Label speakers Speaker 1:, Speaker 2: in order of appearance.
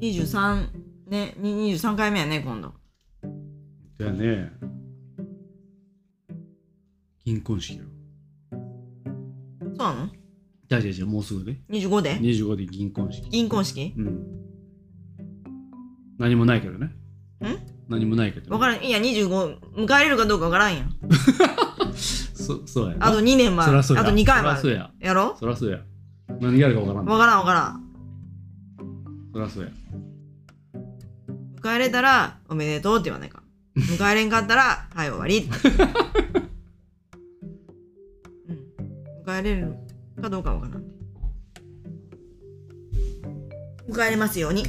Speaker 1: 23ねに23回目やね今度
Speaker 2: じゃあね銀婚式よ
Speaker 1: そうなの
Speaker 2: じゃあじゃあじゃあもうすぐね
Speaker 1: ?25 で
Speaker 2: 25で銀婚式
Speaker 1: 銀婚式
Speaker 2: うん何もないけどね何もないけど、
Speaker 1: 分からんいや25迎えれるかどうか分からんやん
Speaker 2: そそうやな
Speaker 1: あと2年はあ
Speaker 2: そらそ
Speaker 1: と
Speaker 2: や
Speaker 1: 2回は
Speaker 2: そらそうや
Speaker 1: やろ
Speaker 2: そらそうや何やるかわからん
Speaker 1: 分からん分からん
Speaker 2: そらそうや
Speaker 1: 迎えれたらおめでとうって言わないか迎えれんかったらはい終わ りって、うん、迎えれるかどうか分からん迎えれますように